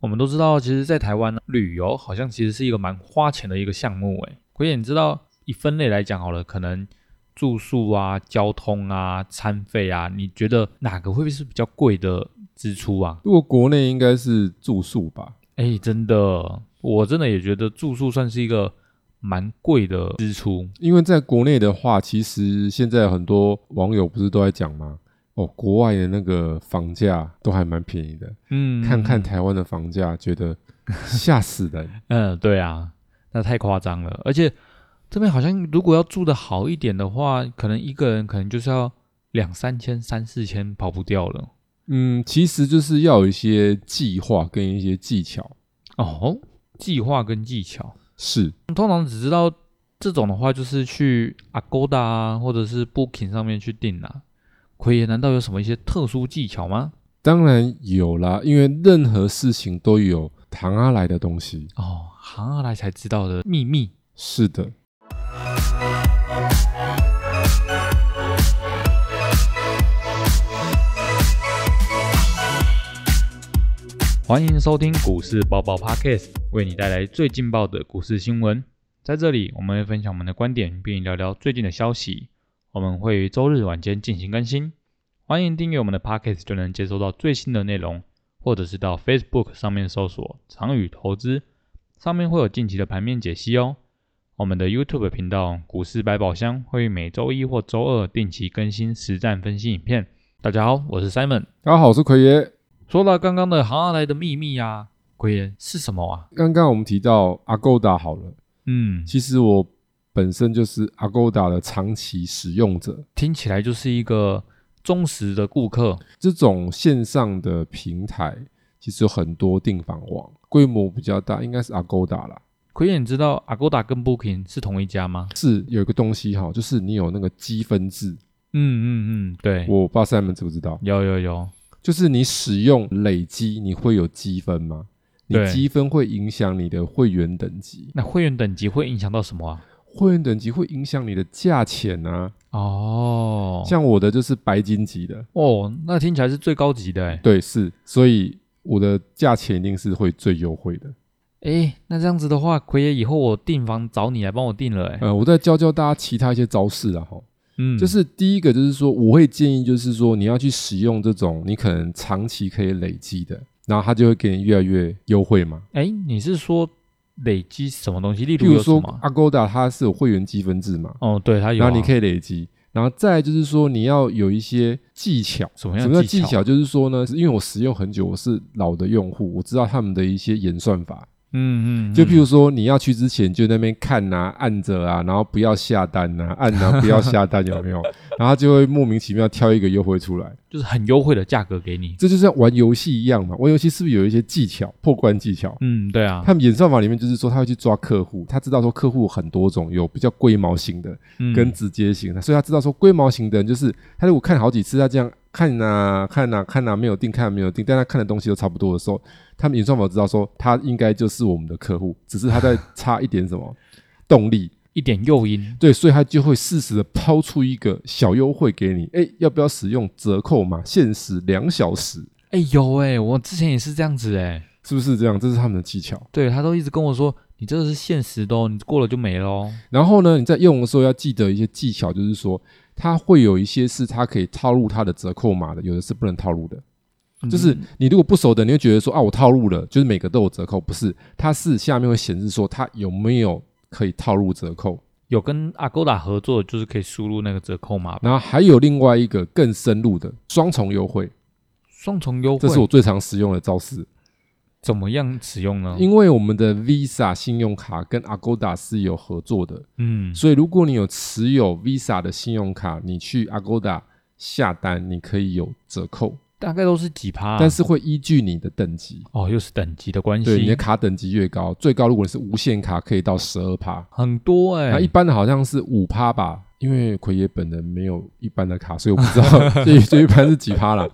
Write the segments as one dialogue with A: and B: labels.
A: 我们都知道，其实，在台湾呢旅游好像其实是一个蛮花钱的一个项目。诶，鬼姐，你知道以分类来讲好了，可能住宿啊、交通啊、餐费啊，你觉得哪个会不会是比较贵的支出啊？
B: 如果国内应该是住宿吧，
A: 哎，真的，我真的也觉得住宿算是一个蛮贵的支出。
B: 因为在国内的话，其实现在很多网友不是都在讲吗？哦，国外的那个房价都还蛮便宜的，
A: 嗯
B: 看看台湾的房价，觉得 吓死人。
A: 嗯，对啊，那太夸张了。而且这边好像如果要住的好一点的话，可能一个人可能就是要两三千、三四千跑不掉了。
B: 嗯，其实就是要有一些计划跟一些技巧。
A: 哦，计划跟技巧，
B: 是，
A: 通常只知道这种的话，就是去 Agoda 啊，或者是 Booking 上面去订啊。奎爷难道有什么一些特殊技巧吗？
B: 当然有啦，因为任何事情都有谈阿来的东西。
A: 哦，行而来才知道的秘密。
B: 是的，
A: 欢迎收听股市爆爆 Podcast，为你带来最劲爆的股市新闻。在这里，我们会分享我们的观点，并聊聊最近的消息。我们会于周日晚间进行更新，欢迎订阅我们的 Podcast，就能接收到最新的内容，或者是到 Facebook 上面搜索“长宇投资”，上面会有近期的盘面解析哦。我们的 YouTube 频道“股市百宝箱”会于每周一或周二定期更新实战分析影片。大家好，我是 Simon。
B: 大家好，我是奎爷。
A: 说到刚刚的行下来的秘密啊，鬼人是什么啊？
B: 刚刚我们提到 Agoda 好了，
A: 嗯，
B: 其实我本身就是 Agoda 的长期使用者。
A: 听起来就是一个忠实的顾客。
B: 这种线上的平台其实有很多订房网，规模比较大，应该是 Agoda 啦。
A: 鬼眼知道 Agoda 跟 Booking 是同一家吗？
B: 是有一个东西哈，就是你有那个积分制，
A: 嗯嗯嗯，对，
B: 我不知道三们知不知道，
A: 有有有，
B: 就是你使用累积，你会有积分吗？你
A: 对
B: 积分会影响你的会员等级，
A: 那会员等级会影响到什么啊？
B: 会员等级会影响你的价钱啊。
A: 哦，
B: 像我的就是白金级的，
A: 哦，那听起来是最高级的哎。
B: 对，是，所以我的价钱一定是会最优惠的。
A: 哎，那这样子的话，奎爷以后我订房找你来帮我订了哎。
B: 呃，我再教教大家其他一些招式啊，哈，
A: 嗯，
B: 就是第一个就是说，我会建议就是说，你要去使用这种你可能长期可以累积的，然后它就会给你越来越优惠嘛。
A: 哎，你是说累积什么东西？例
B: 譬
A: 如
B: 如
A: 有什
B: 说
A: 么？啊
B: Agoda 它是有会员积分制嘛，
A: 哦，对，它有、啊。
B: 然后你可以累积，然后再来就是说你要有一些技巧。
A: 什么
B: 什
A: 样
B: 么叫
A: 的
B: 技
A: 技巧？啊
B: 巧？就是说呢，因为我使用很久，我是老的用户，我知道他们的一些演算法。
A: 嗯嗯，
B: 就譬如说，你要去之前就在那边看呐、按着啊，然后不要下单呐、 按呐、不要下单，有没有？然后他就会莫名其妙挑一个优惠出来。
A: 就是很优惠的价格给你。
B: 这就像玩游戏一样嘛，玩游戏是不是有一些技巧、破关技巧？
A: 嗯，对啊，
B: 他们演算法里面就是说，他会去抓客户，他知道说客户很多种，有比较龟毛型的
A: 嗯
B: 跟直接型的，所以他知道说龟毛型的人就是他如果看好几次，他这样看呐、看呐、看呐、没有定，看没有定，但他看的东西都差不多的时候，他们演算法知道说他应该就是我们的客户，只是他在差一点什么动力，
A: 一点诱因。
B: 对，所以他就会适时的抛出一个小优惠给你，哎，要不要使用折扣码，限时两小时？
A: 哎、有哎、我之前也是这样子哎、
B: 是不是这样？这是他们的技巧。
A: 对他都一直跟我说，你这个是限时的哦，你过了就没了哦。
B: 然后呢，你在用的时候要记得一些技巧，就是说它会有一些是它可以套入它的折扣码的，有的是不能套入的。
A: 嗯
B: 就是你如果不熟的，你会觉得说啊，我套入了，就是每个都有折扣，不是？它是下面会显示说它有没有可以套入折扣。
A: 有跟 Agoda 合作，就是可以输入那个折扣码，
B: 然后还有另外一个更深入的双重优惠，
A: 双重优惠。
B: 这是我最常使用的招式。
A: 怎么样使用呢？
B: 因为我们的 Visa 信用卡跟 Agoda 是有合作的，
A: 嗯，
B: 所以如果你有持有 Visa 的信用卡，你去 Agoda 下单，你可以有折扣，
A: 大概都是几趴啊、
B: 但是会依据你的等级，
A: 哦，又是等级的关
B: 对你的
A: 系，
B: 卡等级越高，最高如果你是无限卡，可以到十二趴，
A: 很多哎、
B: 那一般的好像是五趴吧，因为奎爷本人没有一般的卡，所以我不知道 最最一般是几趴啦。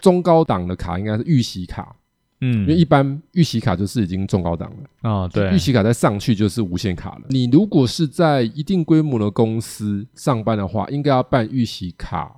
B: 中高档的卡应该是预习卡，
A: 嗯，
B: 因为一般预习卡就是已经中高档了。
A: 啊、哦，对
B: 预，期卡再上去就是无限卡了。你如果是在一定规模的公司上班的话，应该要办预期卡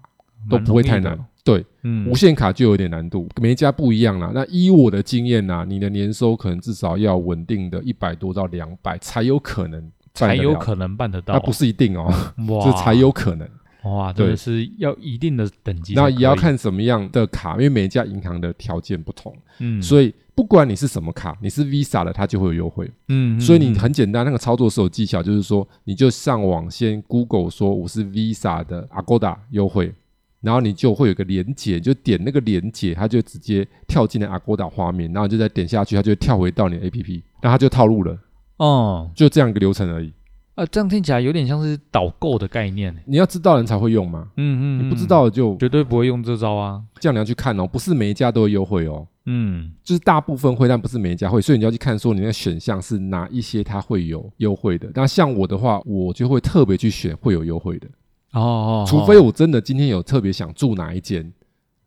B: 都不会太
A: 蛮容易
B: 难
A: 的。
B: 对，
C: 嗯
B: 无限卡就有点难度，每一家不一样啦。那依我的经验呐、你的年收可能至少要稳定的一百多到两百才有可能办
A: 才
B: 得了，
A: 有可能办得到
B: 那、
A: 啊，
B: 不是一定哦，
A: 哇，
B: 这才有可能。
A: 哇，真的
B: 对
A: 是要一定的等级才可
B: 那
A: 以，
B: 也要看什么样的卡，因为每一家银行的条件不同，
A: 嗯，
B: 所以不管你是什么卡，你是 Visa 的，它就会有优惠。
C: 嗯
B: 所以你很简单，那个操作是有技巧，就是说你就上网先 Google 说我是 Visa 的 Agoda 优惠，然后你就会有个连接，你就点那个连接，它就直接跳进了 Agoda 画面，然后你就再点下去，它就会跳回到你的 APP，那它就套路了，
A: 哦，
B: 就这样一个流程而已。
A: 呃，这样听起来有点像是导购的概念欸，
B: 你要知道人才会用嘛，
A: 嗯
B: 你不知道的就
A: 绝对不会用这招啊，
B: 这样你要去看哦，不是每一家都有优惠哦。
A: 嗯，
B: 就是大部分会，但不是每一家会，所以你要去看说你那个选项是哪一些它会有优惠的。那像我的话，我就会特别去选会有优惠的。
A: 哦哦，
B: 除非我真的今天有特别想住哪一间，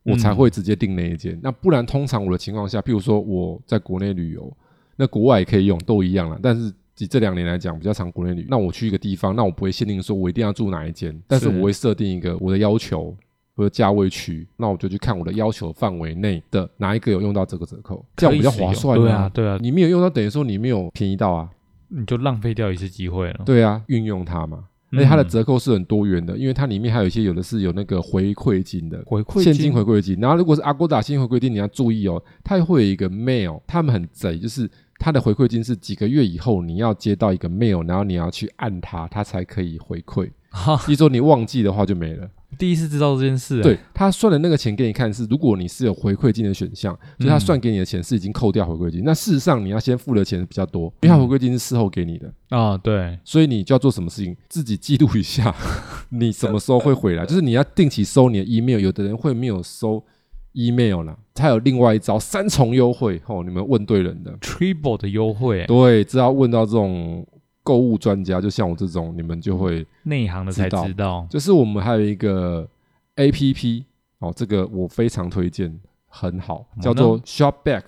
B: 我才
A: 嗯
B: 会直接订那一间。那不然，通常我的情况下，譬如说我在国内旅游，那国外也可以用，都一样啦。但是以这两年来讲，比较常国内旅。那我去一个地方，那我不会限定说我一定要住哪一间，但是
A: 是
B: 我会设定一个我的要求。我的价位区，那我就去看我的要求范围内的哪一个有用到这个折扣，这样比较划算、
A: 对啊，，对啊，
B: 你没有用到，等于说你没有便宜到啊。
A: 你就浪费掉一次机会了。
B: 对啊，运用它嘛。而且它的
A: 嗯
B: 折扣是很多元的，因为它里面还有一些有的是有那个回馈金的。
A: 回馈
B: 现金回馈金，然后如果是阿勾达现金回馈金，你要注意哦，它会有一个 mail，他们很贼，就是它的回馈金是几个月以后你要接到一个 mail，然后你要去按它，它才可以回馈。
A: 哈，
B: 一说你忘记的话 就没了。
A: 第一次知道这件事、啊，
B: 对，他算的那个钱给你看是，如果你是有回馈金的选项，所
A: 嗯
B: 以他算给你的钱是已经扣掉回馈金。那事实上你要先付的钱比较多，因为他回馈金是事后给你的。
A: 啊，对，
B: 所以你就要做什么事情，自己记录一下， 你什么时候会回 来，就是你要定期收你的 email。有的人会没有收 email 啦，他有另外一招三重优惠哦，你们问对人的，
A: triple 的优惠，
B: 对，只要问到这种购物专家，就像我这种，你们就会。
A: 内行的才
B: 知道
A: 知道。
B: 就是我们还有一个 APP 哦，这个我非常推荐，很好，叫做 Shopback，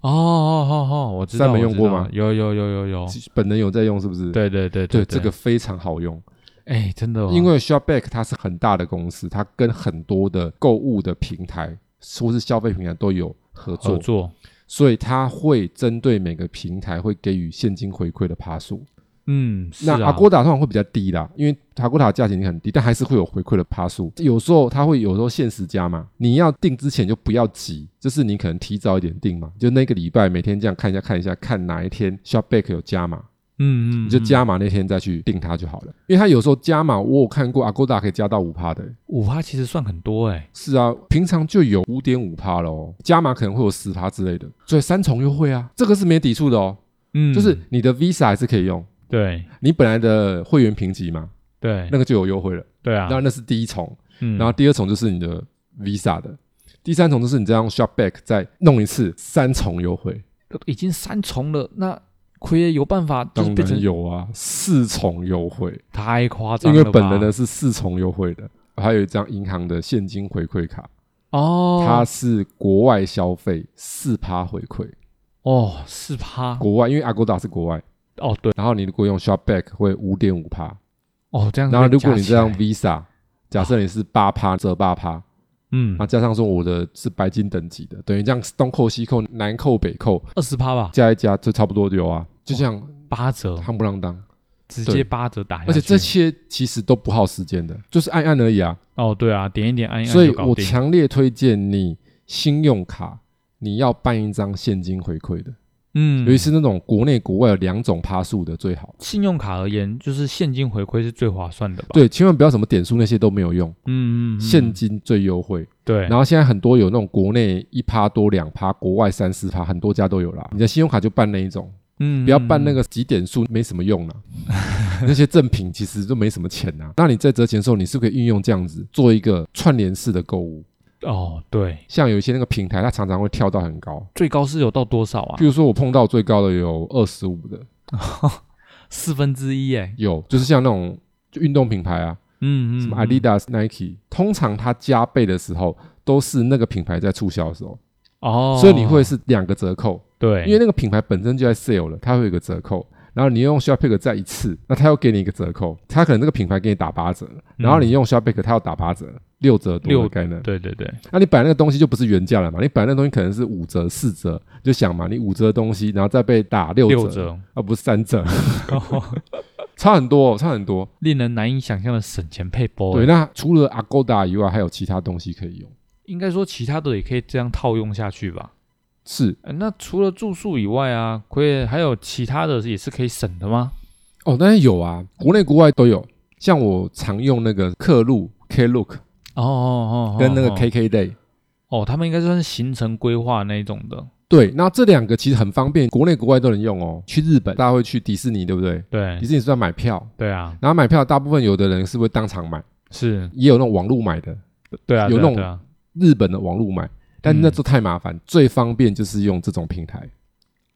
A: 哦哦哦哦，我知道，
B: 三门
A: 我
B: 用过
A: 知道
B: 吗
A: 有有有有有，
B: 本人有在用是不是？
A: 对对对
B: 哦
A: 对，
B: 对，这个非常好用。
A: 哎，真的哦，
B: 因为 Shopback 它是很大的公司，它跟很多的购物的平台或是消费平台都有合作，
A: 合作，
B: 所以它会针对每个平台会给予现金回馈的趴数。
A: 嗯，是
B: 那阿
A: 啊，
B: 郭达通常会比较低啦，因为阿郭达价钱已经很低，但还是会有回馈的趴数。有时候它会有时候限时加嘛，你要订之前就不要急，就是你可能提早一点订嘛，就那个礼拜每天这样看一下看一下，看哪一天 Shopback 有加码，
A: 嗯嗯，
B: 你就
A: 嗯
B: 加码那天再去订它就好了。因为它有时候加码，我有看过阿郭达可以加到五趴的、
A: 五趴其实算很多哎，
B: 是啊，平常就有五点五趴喽，加码可能会有十趴之类的，所以三重优惠啊，这个是没抵触的哦。
A: 嗯，
B: 就是你的 Visa 还是可以用，
A: 对
B: 你本来的会员评级嘛，
A: 对啊
B: 那个就有优惠了。
A: 对啊
B: 当，然那是第一重，
A: 嗯，
B: 然后第二重就是你的 Visa 的，第三重就是你再用 Shopback 再弄一次三重优惠，
A: 已经三重了，那奎爷有办法就是
B: 当
A: 变
B: 然
A: 成
B: 有啊，四重优惠，
A: 太夸
B: 因
A: 张了
B: 为
A: 吧，
B: 本人呢是四重优惠的，还有一张银行的现金回馈卡，
A: 哦，
B: 它是国外消费四趴回馈。
A: 哦四趴
B: 国外，因为 Agoda 是国外，
A: 哦对
B: 然后你如果用 Shopback 会五点五趴，
A: 哦这样子加起来，
B: 然后如果你这样 Visa，假设你是八趴折八趴，
A: 嗯
B: 那加上说我的是白金等级的，等于这样东扣西扣南扣北扣
A: 二十趴吧，
B: 加一加，就差不多有啊，就像
A: 八折，
B: 夯不啷
A: 哎
B: 当，
A: 直
B: 对
A: 接八折打下去。
B: 而且这些其实都不耗时间的，就是按一按而已啊，
A: 哦，对啊，点一点按一按
B: 所以
A: 就搞
B: 我
A: 定
B: 强烈推荐你信用卡。你要办一张现金回馈的，
A: 嗯，
B: 尤其是那种国内国外有两种趴数的最好。
A: 信用卡而言，就是现金回馈是最划算的吧？
B: 对，千万不要什么点数那些都没有用，
A: 嗯，嗯嗯，
B: 现金最优惠。
A: 对，
B: 然后现在很多有那种国内一趴多两趴，国外三四趴，很多家都有啦。你的信用卡就办那一种，
A: 嗯，
B: 不要办那
A: 个
B: 个几点数，没什么用 啦。那些赠品其实都没什么钱呐、那你在折钱的时候，你是可以运用这样子做一个串联式的购物。
A: 哦，对，
B: 像有一些那个平台，它常常会跳到很高，
A: 最高是有到多少啊
B: 比？如说我碰到最高的有二十五的，
A: 四分之一哎，
B: 有就是像那种就运动品牌啊，
A: 嗯嗯，
B: 什么
A: 嗯
B: Adidas、Nike，通常它加倍的时候都是那个品牌在促销的时候，
A: 哦，
B: 所以你会是两个折扣。
A: 对，
B: 因为那个品牌本身就在 sale 了，它会有一个折扣。然后你用 Shopback 再一次，那它又给你一个折扣，它可能这个品牌给你打八折，然后你用 Shopback 它要打八折，六折多
A: 嗯六
B: 的概念。
A: 对对对，
B: 那、你摆那个东西就不是原价了嘛？你摆那东西可能是五折、四折，就想嘛，你五折的东西，然后再被打六折，
A: 六折，
B: 而、不是 三折，差很多、哦，差很多。
A: 令人难以想象的省钱配欸波。
B: 对，，那除了 Agoda 以外，还有其他东西可以用。
A: 应该说其他的也可以这样套用下去吧。
B: 是
A: 呃那除了住宿以外啊，可以还有其他的也是可以省的吗？
B: 哦，当然有啊，国内国外都有。像我常用那个客路 Klook
A: 哦哦哦，
B: 跟那个
A: 哦
B: KKday，、
A: 哦，他们应该算是行程规划那一种的。
B: 对，那这两个其实很方便，国内国外都能用哦。去日本大家会去迪士尼，对不对？
A: 对
B: 迪士尼是要买票，
A: 对啊，
B: 然后买票大部分有的人是会当场买，
A: 是，
B: 也有那种网络买的，
A: 对啊，
B: 有
A: 对啊
B: 那种
A: 对啊
B: 日本的网络买，但
A: 嗯
B: 那就太麻烦，最方便就是用这种平台，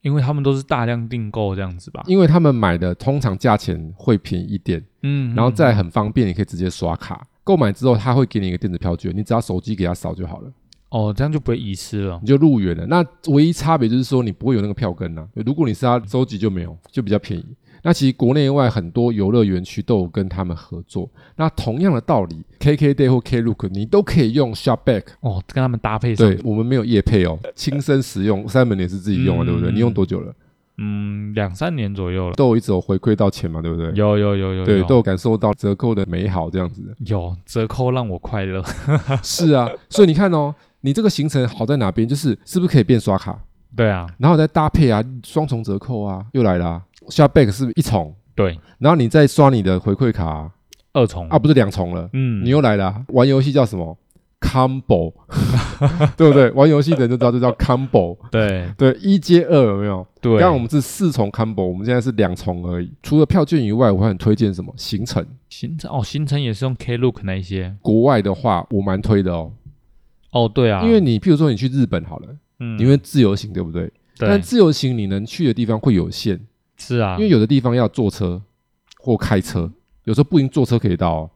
A: 因为他们都是大量订购这样子吧。
B: 因为他们买的通常价钱会便宜一点，
A: 嗯，
B: 然后
A: 嗯
B: 再来很方便，你可以直接刷卡。购买之后，他会给你一个电子票券，你只要手机给他扫就好了，
A: 哦，这样就不会遗失了。
B: 你就入园了。那唯一差别就是说，你不会有那个票根呐、啊如果你是要收集，就没有，就比较便宜。那其实国内外很多游乐园区都有跟他们合作。那同样的道理，KKday 或 Klook，你都可以用 Shopback
A: 哦，跟他们搭配上，
B: 对我们没有业配哦，亲身使用，三本也是自己用啊，
A: 嗯
B: 对不对？你用多久了？
A: 嗯，两三年左右了。
B: 都有一直有回馈到钱嘛，对不对？
A: 有有有有
B: 对，
A: 有
B: 都有感受到折扣的美好，这样 子。
A: 有折扣让我快乐。
B: 是啊，所以你看哦，你这个行程好在哪边？就是是不是可以变刷卡，
A: 对啊，
B: 然后再搭配啊，双重折扣啊，又来啦、下 back 是不是一重？
A: 对，
B: 然后你再刷你的回馈卡啊，
A: 二重
B: 啊，不是两重了，
A: 嗯，
B: 你又来啦、玩游戏叫什么？combo，对不对？玩游戏的人就知道，这叫 combo。
A: 对
B: 对，一接二有没有？
A: 对，
B: 刚刚我们是四重 combo，我们现在是两重而已。除了票券以外，我还很推荐什么行程。
A: 行程哦，行程也是用 Klook 那一些
B: 国外的话，我蛮推的哦，
A: 哦，对啊，
B: 因为你譬如说你去日本好了，
A: 嗯，
B: 你会自由行对不对？但
A: 对
B: 自由行你能去的地方会有限，
A: 是啊，
B: 因为有的地方要坐车或开车，有时候不一定坐车可以到、哦，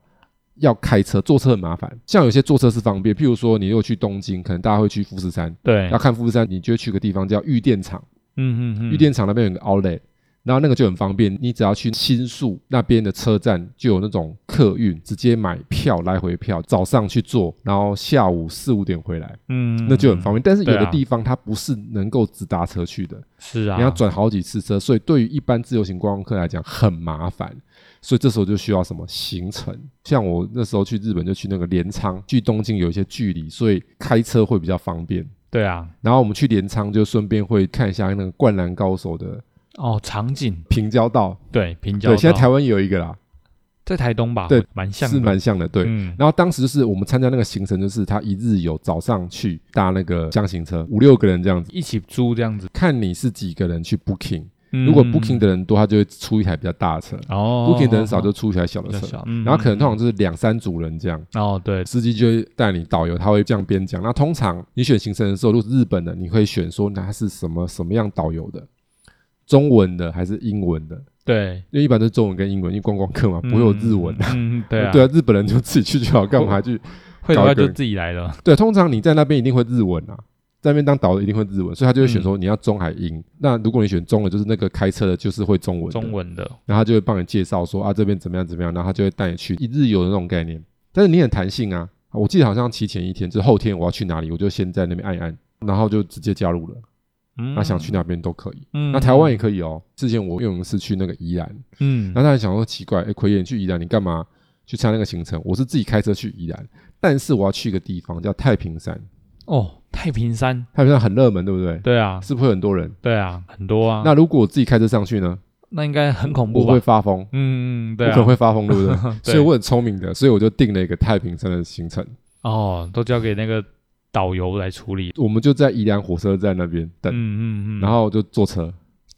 B: 要开车，坐车很麻烦。像有些坐车是方便，譬如说你如果去东京，可能大家会去富士山，
A: 对
B: 要，看富士山，你就会去个地方叫御殿场。
A: 嗯嗯嗯，
B: 玉电厂那边有一个 outlet，然后那个就很方便，你只要去新宿那边的车站就有那种客运，直接买票来回票，早上去坐，然后下午四五点回来，
A: 嗯，
B: 那就很方便。但是有
A: 对
B: 的
A: 啊
B: 地方它不是能够直达车去的，
A: 是啊，
B: 你要转好几次车，所以对于一般自由行观光客来讲很麻烦。所以这时候就需要什么行程？像我那时候去日本就去那个镰仓，距东京有一些距离，所以开车会比较方便。
A: 对啊，
B: 然后我们去镰仓就顺便会看一下那个《灌篮高手》的
A: 哦，场景
B: 平交道，
A: 对平交道，
B: 对，现在台湾也有一个啦，
A: 在台东吧，
B: 对，
A: 蛮像的，
B: 是蛮像的，对。
A: 嗯，
B: 然后当时就是我们参加那个行程，就是他一日有早上去搭那个箱型车，五六个人这样子，
A: 一起租这样子，
B: 看你是几个人去 booking。
A: 嗯
B: 如果 booking 的人多，他就会出一台比较大的车
A: 哦
B: ；booking 的人少，就出一台小
A: 比
B: 的
A: 较
B: 车。
A: 小，嗯，
B: 然后可能
A: 嗯
B: 通常就是两三组人这样，
A: 哦，对，
B: 司机就会带你导游，他会这样边讲。那通常你选行程的时候，如果是日本的，你会选说那他是什么什么样导游的，中文的还是英文的？
A: 对，
B: 因为一般都是中文跟英文，因为观光客嘛，不会有日文。
A: 嗯，嗯，对啊，
B: 日本人就自己去就好，干嘛还去？
A: 会的
B: 搞
A: 话
B: 一个
A: 就自己来了，
B: 对，通常你在那边一定会日文啊，在那边当导游一定会日文，所以他就会
A: 嗯
B: 选说你要中海英。那如果你选中了，就是那个开车的，就是会中文，
A: 中，文的，
B: 然后他就会帮你介绍说啊这边怎么样怎么样，然后他就会带你去一日游的那种概念。但是你很弹性啊，我记得好像提前一天，就是后天我要去哪里，我就先在那边按一按，然后就直接加入了，
A: 嗯，
B: 那想去哪边都可以。
A: 嗯，嗯，
B: 那台湾也可以哦，之前我因为我们是去那个宜兰，
A: 嗯，
B: 那当然想说奇怪，哎、奎爷你去宜兰，你干嘛去参加那个行程？我是自己开车去宜兰，但是我要去一个地方叫太平山，
A: 哦，太平山，
B: 太平山很热门，对不对？
A: 对啊，
B: 是不是会很多人？
A: 对啊，很多啊，
B: 那如果我自己开车上去呢，
A: 那应该很恐
B: 我
A: 怖吧
B: 会？发疯，
A: 嗯，嗯
B: 我
A: 对
B: 可能
A: 啊，
B: 会发疯，对不对？
A: 对
B: 所以我很聪明的，所以我就定了一个太平山的行程，
A: 哦，都交给那个导游来处理。
B: 我们就在宜兰火车站那边等，
A: 嗯嗯嗯，
B: 然后就坐车，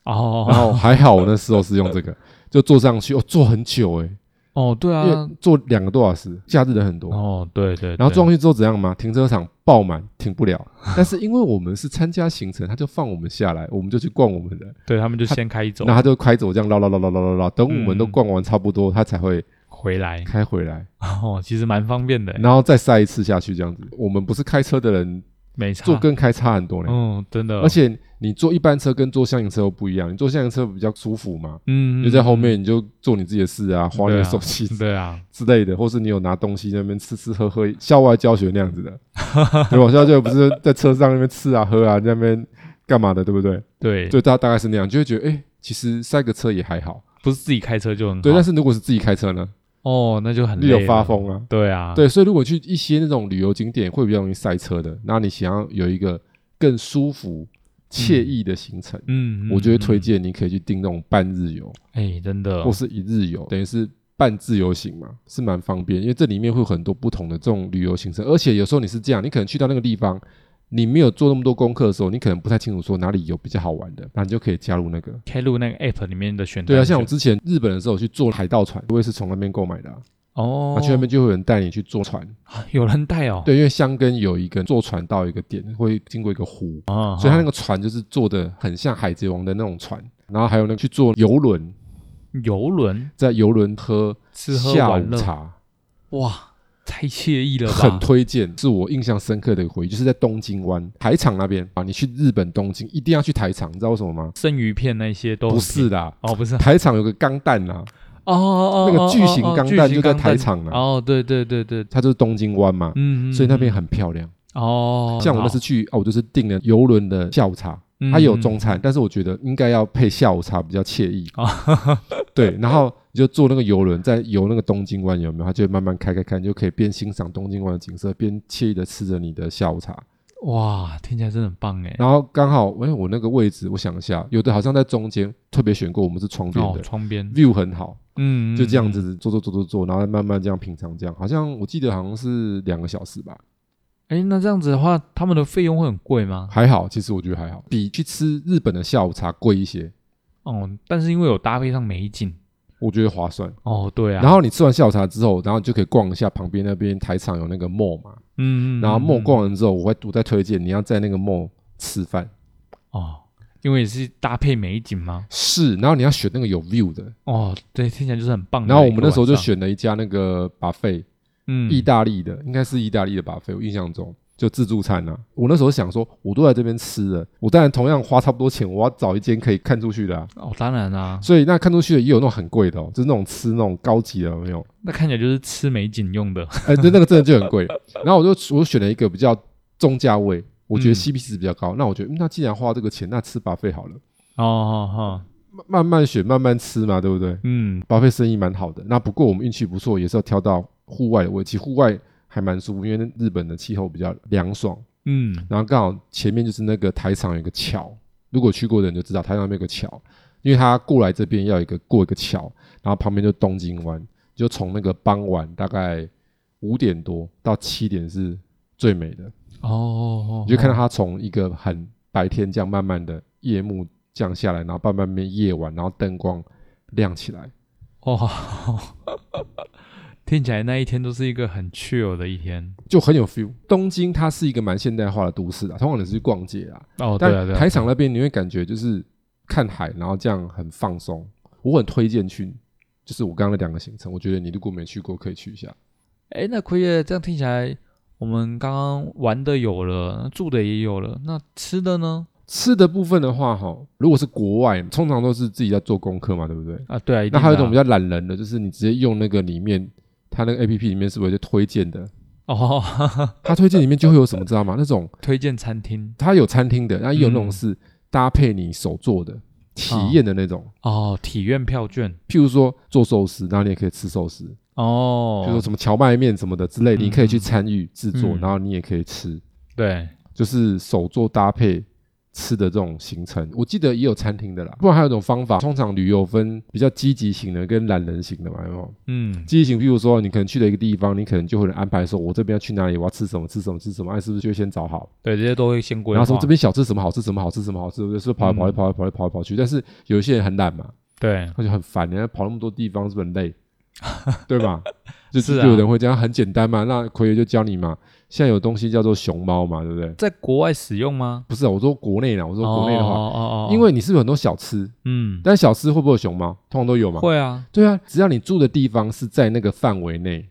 B: 然
A: 哦
B: 后还好我那时候是用这 个，就坐上去，哦，坐很久哎、
A: 哦，对
B: 因为
A: 啊，
B: 坐两个多小时，假日人很多，
A: 哦对对，
B: 然后
A: 对
B: 撞上去之后怎样吗？停车场爆满，停不了。但是因为我们是参加行程，他就放我们下来，我们就去逛我们的，
A: 对他们就先开走
B: 那他就开走这样绕绕绕绕绕绕绕，等我们都
A: 嗯哎
B: 逛完差不多，他才会
A: 回来，
B: 开回来，
A: 哦，其实蛮方便的，
B: 然后再塞一次下去这样子。我们不是开车的人，
A: 没差
B: 坐跟开差很多呢，
A: 嗯真的，
B: 而且你坐一般车跟坐厢型车又不一样，你坐厢型车比较舒服嘛，
A: 嗯，
B: 你就在后面你就做你自己的事啊，划你
A: 对
B: 的
A: 啊
B: 手机
A: 对啊，
B: 之类的，或是你有拿东西在那边吃吃喝喝，校外教学那样子 的，对吧？校外教学不是在车上那边吃啊喝啊，在那边干嘛的，对不对？
A: 对，
B: 对，大大概是那样，就会觉得哎、诶其实塞个车也还好。
A: 不是自己开车就很好，
B: 对，但是如果是自己开车呢，
A: 哦，那嗯就很
B: 你有
A: 累
B: 发
A: 了，
B: 疯啊。
A: 对啊，
B: 对，所以如果去一些那种旅游景点会比较容易塞车的，那你想要有一个更舒服、惬意的行程，
A: 嗯，嗯，
B: 我就
A: 嗯
B: 会推，荐你可以去订那种半日游、
A: 哎，真的
B: 或，是一日游，等于是半自由行嘛，是蛮方便，因为这里面会有很多不同的这种旅游行程，而且有时候你是这样，你可能去到那个地方。你没有做那么多功课的时候，你可能不太清楚说哪里有比较好玩的，那你就可以加入那个。
A: 开入那个 app 里面的选
B: 对啊，
A: 单
B: 像我
A: 选
B: 之前日本的时候我去坐海盗船，我也是从那边购买的、啊，
A: 哦
B: 那、，去那边就会有人带你去坐船，
A: 有人带哦，
B: 对，因为箱根有一个坐船到一个点，会经过一个湖，
A: 啊，
B: 所以它那
A: 个
B: 个船就是坐的很像海贼王的那种船。然后还有那个去坐游轮，
A: 啊游轮
B: 在游轮喝
A: 吃喝
B: 下
A: 玩
B: 午
A: 乐，
B: 茶，
A: 哇，太惬意了吧，
B: 很推荐，是我印象深刻的一个回忆，就是在东京湾海场那边啊。你去日本东京一定要去台场，你知道为什么吗？
A: 生鱼片那些都很
B: 不
A: 便
B: 是
A: 宜
B: 啦，
A: 哦，不是
B: 台场有个钢弹啦，
A: 哦哦哦，
B: 那个
A: 哦
B: 巨型钢弹就在
A: 哦
B: 台。
A: 哦巨型钢
B: 场啦，
A: 哦，对对对对，
B: 它就是东京湾嘛，
A: 嗯，嗯
B: 所以那边
A: 嗯
B: 很漂亮。
A: 哦，
B: 像我那
A: 好
B: 次，去啊，我就是订了游轮的下午茶，
A: 嗯
B: 它也有中餐，但是我觉得应该要配下午茶比较惬意。
A: 哦
B: 对，然后你就坐那个游轮，在游那个东京湾，有没有？它就会慢慢开开开，你就可以边欣赏东京湾的景色，边惬意的吃着你的下午茶。
A: 哎哇，听起来真的很棒哎。
B: 然后刚好，哎，我那个位置，我想一下，有的好像在中间，特别选过，我们是窗边
A: 哦
B: 的、，
A: 窗边，
B: v i e w 很好，
A: 嗯，
B: 就这样
A: 嗯，
B: 子坐坐坐坐坐，然后再慢慢这样品尝，这样好像我记得好像是两个小时吧，
A: 哎，那这样子的话，他们的费用会很贵吗？
B: 还好，其实我觉得还好，比去吃日本的下午茶贵一些。
A: 哦，但是因为有搭配上美景，
B: 我觉得划算。
A: 哦，对啊，
B: 然后你吃完下午茶之后，然后你就可以逛一下旁边那边台场有那个 mall 嘛，
A: 嗯，嗯，
B: 然后
A: 嗯
B: mall
A: 嗯
B: 逛完之后，我会我再推荐你要在那个 mall 吃饭，
A: 哦，因为是搭配美景吗？
B: 是，然后你要选那个有 view 的，
A: 哦，对，听起来就是很棒的一个
B: 然后
A: 晚上。
B: 我们那时候就选了一家那个 buffet，
A: 嗯
B: 意大利的，应该是意大利的 buffet，我印象中就自助餐啊。我那时候想说，我都在这边吃了，我当然同样花差不多钱，我要找一间可以看出去的啊。
A: 哦，当然啦，
B: 所以那看出去的也有那种很贵的哦，就是那种吃那种高级的有没有？
A: 那看起来就是吃美景用的。
B: 哎，对，那个真的就很贵。然后我就我选了一个比较中价位，我觉得
A: 嗯
B: CP 值比较高。那我觉得，嗯那既然花这个钱，那吃巴菲好了，
A: 哦哦哦，
B: 慢慢慢选，慢慢吃嘛，对不对？
A: 嗯，
B: 巴菲生意蛮好的。那不过我们运气不错，也是要挑到户外的位置，户外还蛮舒服，因为日本的气候比较凉爽。
A: 嗯，
B: 然后刚好前面就是那个台场有一个桥，如果去过的人就知道，台场那边有个桥，因为它过来这边要有一个过一个桥，然后旁边就东京湾，就从那个傍晚大概五点多到七点是最美的，
A: 哦哦，哦
B: 你就看到它从一个很白天这样慢慢的夜幕降下来，然后慢慢变夜晚，然后灯光亮起来，
A: 哦，听起来那一天都是一个很 chill 的一天。
B: 就很有 feel。东京它是一个蛮现代化的都市啊，通常你是去逛街啊，
A: 哦，对啊，
B: 但
A: 对啊，
B: 台场那边你会感觉就是看海，然后这样很放松。我很推荐去，就是我刚刚的两个行程，我觉得你如果没去过，可以去一下。
A: 哎，那奎爷这样听起来，我们刚刚玩的有了，住的也有了，那吃的呢？
B: 吃的部分的话，哈，如果是国外，通常都是自己在做功课嘛，对不对？
A: 啊，对啊，一
B: 那
A: 定
B: 还有一
A: 的
B: 种
A: 啊
B: 比较懒人的，就是你直接用那个里面，它那个 A P P 里面是不是就推荐的？
A: 哦，哈哈
B: 它推荐里面就会有什么，知道吗？那种
A: 推荐餐厅
B: 它有餐厅的，然后也有那种
A: 嗯
B: 是搭配你手做的体
A: 哦
B: 验的那种，
A: 哦，体验票券
B: 譬如说做寿司，然后你也可以吃寿司，
A: 哦
B: 比，如说什么荞麦面什么的之类，
A: 嗯
B: 你可以去参与制作，
A: 嗯
B: 然后你也可以吃，
A: 对，
B: 就是手做搭配吃的这种行程。我记得也有餐厅的啦，不然还有一种方法，通常旅游分比较积极型的跟懒人型的嘛，有没有？
A: 嗯，
B: 积极型，譬如说你可能去了一个地方，你可能就会安排说，我这边要去哪里，我要吃什么，吃什么，吃什么，哎，是不是就先找好？
A: 对，这些都会先规划。
B: 然后说这边小吃什么好吃，什么好吃，什么好吃，对不对？是不是跑来
A: 嗯
B: 跑去，跑来跑去，跑来跑去？但是有一些人很懒嘛，
A: 对，
B: 他就很烦，人家跑那么多地方是不是很累， 对吧？就是
A: 啊
B: 就有人会这样，很简单嘛。那奎爷就教你嘛。现在有东西叫做熊猫嘛，对不对？
A: 在国外使用吗？
B: 不是啊，我说国内啦，我说国内的
A: 哦
B: 话，
A: 哦哦哦，
B: 因为你是不是有很多小吃？
A: 嗯，
B: 但小吃会不会有熊猫？通常都有嘛。
A: 会啊，
B: 对啊，只要你住的地方是在那个范围内，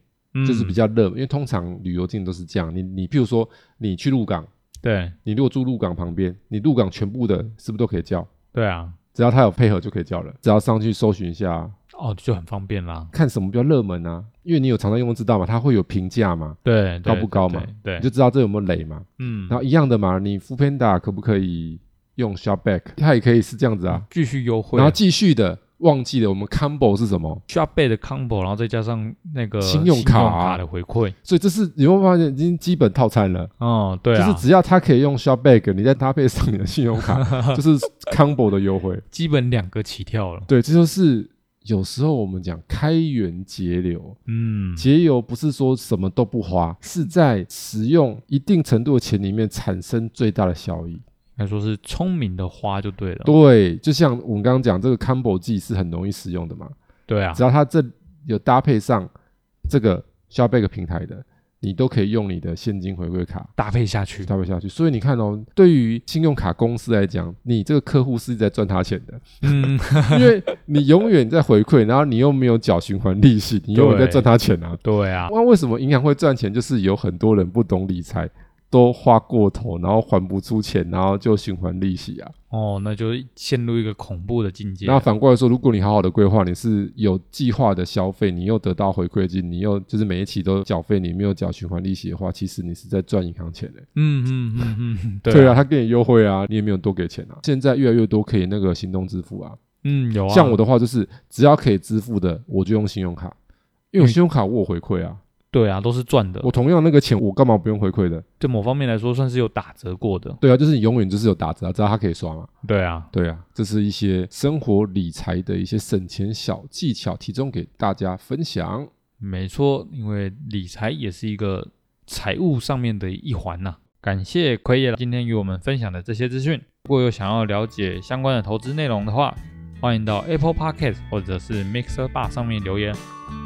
B: 就是比
A: 较
B: 较热，因为通常旅游景点都是这样。你你譬如说你去鹿港，
A: 对
B: 你如果住鹿港旁边，你鹿港全部的是不是都可以叫？
A: 对啊，
B: 只要他有配合就可以叫了，只要上去搜寻一下，
A: 哦，就很方便啦。
B: 看什么比较热门啊，因为你有常常用，知道嘛，它会有评价嘛，
A: 对，对
B: 高不高嘛？
A: 对，
B: 你
A: 对
B: 就知道这有没有雷嘛。
A: 嗯，
B: 然后一样的嘛，你 f o o Panda 可不可以用 Shopback？它也可以是这样子啊。
A: 继续优惠，
B: 然后继续的，忘记了我们 Combo 是什么？
A: 需要备的 combo，然后再加上那个
B: 信用卡啊
A: 卡的回馈。
B: 所以这是你会发现已经基本套餐了，
A: 哦，对啊，
B: 就是只要它可以用 Shopback，你再搭配上你的信 用卡，就是 Combo 的优惠。
A: 基本两个起跳了。
B: 对，这就是有时候我们讲开源节流，
A: 嗯，
B: 节流不是说什么都不花，是在使用一定程度的钱里面产生最大的效益。
A: 该说是聪明的花就对了。
B: 对，就像我们刚刚讲，这个 combo 技是很容易使用的嘛，
A: 对啊
B: 只，要它这有搭配上这个 Shopback 平台的，你都可以用你的现金回馈卡
A: 搭配下去。
B: 搭配下去。所以你看哦，对于信用卡公司来讲，你这个客户是在赚他钱的，
A: 嗯，
B: 因为你永远在回馈，然后你又没有缴循环利息，你永远在赚他钱啊。
A: 对啊，
B: 那为什么银行会赚钱？就是有很多人不懂理财，都花过头，然后还不出钱，然后就循环利息啊。
A: 哦，那就陷入一个恐怖的境界
B: 那。反过来说，如果你好好的规划，你是有计划的消费，你又得到回馈金，你又就是每一期都缴费，你没有缴循环利息的话，其实你是在赚银行钱的、
A: 嗯嗯嗯嗯嗯，
B: 对
A: 对
B: 啊，
A: 啊，
B: 他给你优惠啊，你也没有多给钱啊。现在越来越多可以那个行动支付啊，
A: 嗯有啊，
B: 像我的话就是只要可以支付的，我就用信用卡，因为
A: 嗯
B: 我信用卡我有回馈啊，
A: 对啊，都是赚的
B: 我。同样那个钱我干嘛不用回馈的？
A: 对某方面来说，算是有打折过的。
B: 对啊，就是你永远就是有打折啊，只要它可以刷嘛。
A: 对啊，
B: 对啊，这是一些生活理财的一些省钱小技巧，提供给大家分享。
A: 没错，因为理财也是一个财务上面的一环呐、感谢奎爷今天与我们分享的这些资讯。如果有想要了解相关的投资内容的话，欢迎到 Apple Podcast 或者是 Mixer Bar 上面留言，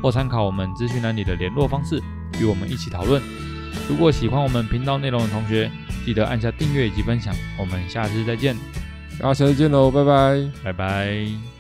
A: 或参考我们资讯栏里的联络方式，与我们一起讨论。如果喜欢我们频道内容的同学，记得按下订阅以及分享。我们下次再见，
B: 大家下次见喽，拜拜。
A: 拜拜。